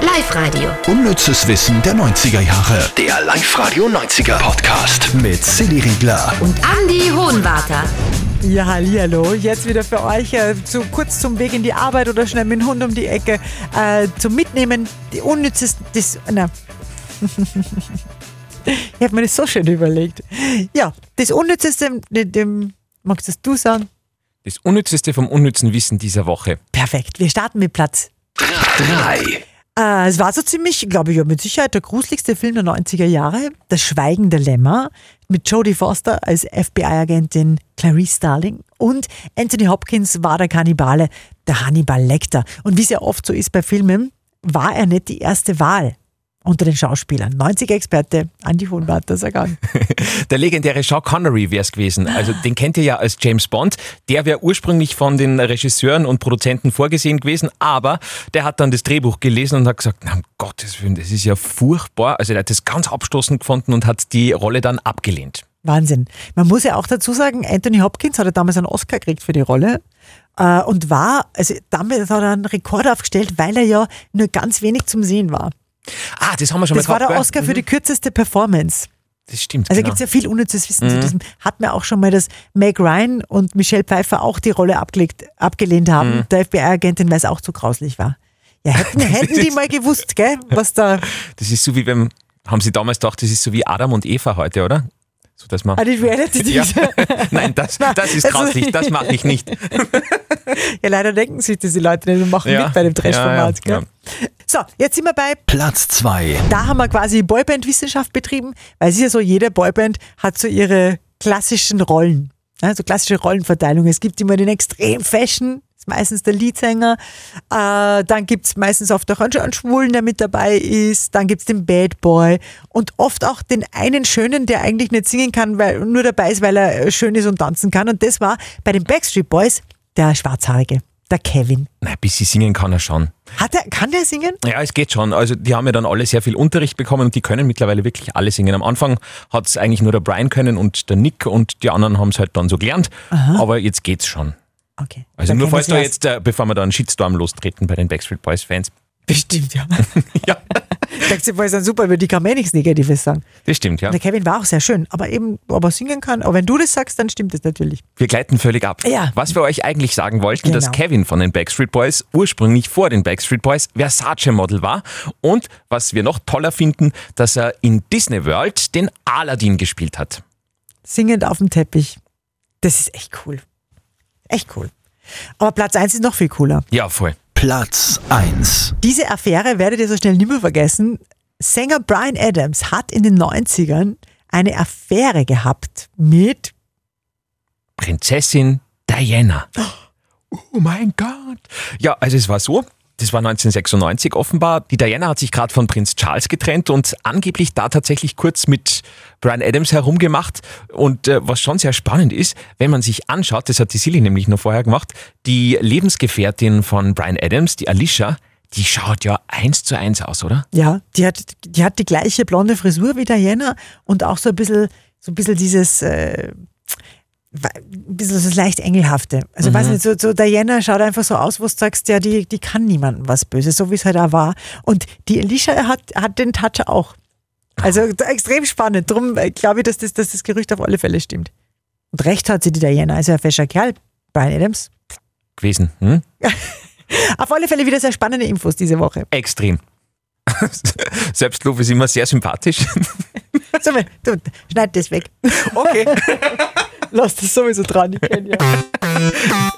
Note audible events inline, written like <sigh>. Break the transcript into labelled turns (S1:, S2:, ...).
S1: Live-Radio.
S2: Unnützes Wissen der 90er Jahre.
S3: Der Live-Radio 90er Podcast.
S2: Mit Silly Riegler.
S1: Und Andy Hohenwarter.
S4: Ja, hallo. Jetzt wieder für euch äh, zu, kurz zum Weg in die Arbeit oder schnell mit dem Hund um die Ecke äh, zum Mitnehmen. Die unnützesten. Das, na. <laughs> ich habe mir das so schön überlegt. Ja, das unnützeste, dem, dem magst das du sagen?
S5: Das Unnützeste vom unnützen Wissen dieser Woche.
S4: Perfekt. Wir starten mit Platz
S3: Drei.
S4: Äh, es war so ziemlich, glaube ich, ja, mit Sicherheit der gruseligste Film der 90er Jahre, Das Schweigen der Lämmer, mit Jodie Foster als FBI-Agentin Clarice Starling und Anthony Hopkins war der Kannibale, der Hannibal Lecter. Und wie es ja oft so ist bei Filmen, war er nicht die erste Wahl unter den Schauspielern. 90er-Experte Andy Hohenwarter sagt an.
S5: Der legendäre Sean Connery wäre es gewesen. Also den kennt ihr ja als James Bond. Der wäre ursprünglich von den Regisseuren und Produzenten vorgesehen gewesen, aber der hat dann das Drehbuch gelesen und hat gesagt, na, um Gottes Willen, das ist ja furchtbar. Also der hat das ganz abstoßend gefunden und hat die Rolle dann abgelehnt.
S4: Wahnsinn. Man muss ja auch dazu sagen, Anthony Hopkins hat ja damals einen Oscar gekriegt für die Rolle. Äh, und war, also damit hat er einen Rekord aufgestellt, weil er ja nur ganz wenig zum Sehen war.
S5: Ah, das haben wir schon
S4: Das
S5: mal
S4: war
S5: gehabt,
S4: der
S5: gell?
S4: Oscar für die kürzeste Performance.
S5: Das stimmt.
S4: Also
S5: Mhm. genau. Mhm.
S4: gibt's ja viel unnützes Wissen zu diesem. Hat mir auch schon mal, dass Meg Ryan und Michelle Pfeiffer auch die Rolle abgelegt, abgelehnt haben,
S5: Mhm.
S4: der FBI-Agentin, weil es auch zu grauslich war. Ja,
S5: <laughs>
S4: hätten, hätten die mal gewusst, gell, was da.
S5: Das ist so wie beim, haben Sie damals gedacht, das ist so wie Adam und Eva heute, oder? So, dass man.
S4: Ah, die Reality, die
S5: ja. <laughs> Nein,
S4: <laughs>
S5: das, das ist
S4: also-
S5: grauslich, das mache ich
S4: <laughs>
S5: nicht.
S4: ja, leider denken sich diese Leute nicht und machen
S5: Ja.
S4: mit bei dem Trash-Format.
S5: Ja, ja,
S4: gell? So, jetzt sind wir bei
S2: Platz 2.
S4: da haben wir quasi Boyband-Wissenschaft betrieben, weil es ist ja so, jede Boyband hat so ihre klassischen Rollen, ja, so klassische Rollenverteilung. Es gibt immer den extrem Fashion, ist meistens der Leadsänger, äh, dann gibt's meistens oft auch einen Sch- einen Schwulen, der mit dabei ist, dann gibt's den Bad Boy und oft auch den einen Schönen, der eigentlich nicht singen kann, weil nur dabei ist, weil er äh, schön ist und tanzen kann. Und das war bei den Backstreet Boys der Schwarzhaarige, der Kevin.
S5: Nein, bis sie singen kann er schon.
S4: Hat er, kann der singen?
S5: Ja, es geht schon. Also die haben ja dann alle sehr viel Unterricht bekommen und die können mittlerweile wirklich alle singen. Am Anfang hat es eigentlich nur der Brian können und der Nick und die anderen haben es halt dann so gelernt. Aber jetzt geht's schon.
S4: Okay.
S5: Also
S4: Da
S5: nur
S4: kennen
S5: falls
S4: Sie
S5: da
S4: was.
S5: jetzt, äh, bevor wir da einen Shitstorm lostreten bei den Backstreet Boys
S4: <laughs>
S5: Fans.
S4: Bestimmt, ja.
S5: Ja,
S4: Sagt sie, boah, sind super, über die kann man eh nichts Negatives sagen.
S5: das stimmt, ja.
S4: Der Kevin war auch sehr schön, aber eben, ob er singen kann, aber wenn du das sagst, dann stimmt das natürlich.
S5: Wir gleiten völlig ab.
S4: Ja.
S5: Was wir euch eigentlich sagen wollten, dass
S4: Genau.
S5: Kevin von den Backstreet Boys ursprünglich vor den Backstreet Boys Versace-Model war und was wir noch toller finden, dass er in Disney World den Aladdin gespielt hat.
S4: Singend auf dem Teppich. Das ist echt cool. Echt cool. Aber Platz 1 ist noch viel cooler.
S5: Ja, voll.
S2: Platz 1.
S4: Diese Affäre werdet ihr so schnell nicht mehr vergessen. Sänger Brian Adams hat in den 90ern eine Affäre gehabt mit
S5: Prinzessin Diana. Oh mein Gott. Ja, also es war so. Das war 1996 offenbar. Die Diana hat sich gerade von Prinz Charles getrennt und angeblich da tatsächlich kurz mit Brian Adams herumgemacht. Und äh, was schon sehr spannend ist, wenn man sich anschaut, das hat die Silly nämlich noch vorher gemacht, die Lebensgefährtin von Brian Adams, die Alicia, die schaut ja eins zu eins aus, oder?
S4: Ja, die hat, die hat die gleiche blonde Frisur wie Diana und auch so ein bisschen, so ein bisschen dieses, äh, we- ein bisschen das leicht Engelhafte. Also, weiß nicht, so, so Diana schaut einfach so aus, wo du sagst, ja, die, die kann niemandem was Böses, so wie es halt auch war. Und die Alicia hat, hat den Touch auch. Also, d- extrem spannend. Drum äh, glaube ich, dass das, dass das Gerücht auf alle Fälle stimmt. Und recht hat sie, die Diana, also ein fescher Kerl. Brian Adams.
S5: Gewesen. Hm?
S4: Auf alle Fälle wieder sehr spannende Infos diese Woche.
S5: Extrem. <laughs> Selbstlob ist immer sehr sympathisch.
S4: So, du, schneid das weg. <laughs>
S5: Okay.
S4: Lass das sowieso dran, ich kenne ja.